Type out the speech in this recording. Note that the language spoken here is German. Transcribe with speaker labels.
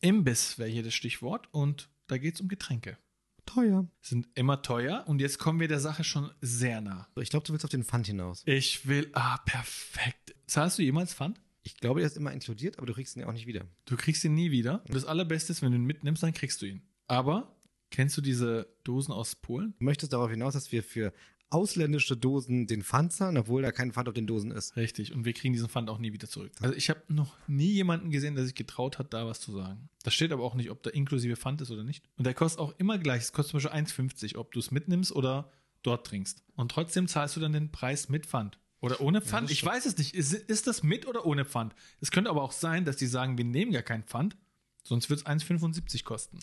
Speaker 1: Imbiss wäre hier das Stichwort und da geht es um Getränke.
Speaker 2: Teuer.
Speaker 1: Sind immer teuer und jetzt kommen wir der Sache schon sehr nah.
Speaker 2: So, ich glaube, du willst auf den Pfand hinaus.
Speaker 1: Ich will, ah, perfekt. Zahlst du jemals Pfand?
Speaker 2: Ich glaube, der ist immer inkludiert, aber du kriegst ihn ja auch nicht wieder.
Speaker 1: Du kriegst ihn nie wieder. Und das Allerbeste ist, wenn du ihn mitnimmst, dann kriegst du ihn. Aber kennst du diese Dosen aus Polen?
Speaker 2: Du möchtest darauf hinaus, dass wir für ausländische Dosen den Pfand zahlen, obwohl da kein Pfand auf den Dosen ist.
Speaker 1: Richtig. Und wir kriegen diesen Pfand auch nie wieder zurück. Also ich habe noch nie jemanden gesehen, der sich getraut hat, da was zu sagen. Da steht aber auch nicht, ob da inklusive Pfand ist oder nicht. Und der kostet auch immer gleich. Es kostet zum Beispiel 1,50, ob du es mitnimmst oder dort trinkst. Und trotzdem zahlst du dann den Preis mit Pfand. Oder ohne Pfand?
Speaker 2: das
Speaker 1: ich weiß es nicht. Ist, ist das mit oder ohne Pfand? Es könnte aber auch sein, dass die sagen, wir nehmen gar kein Pfand, sonst wird es 1,75 kosten.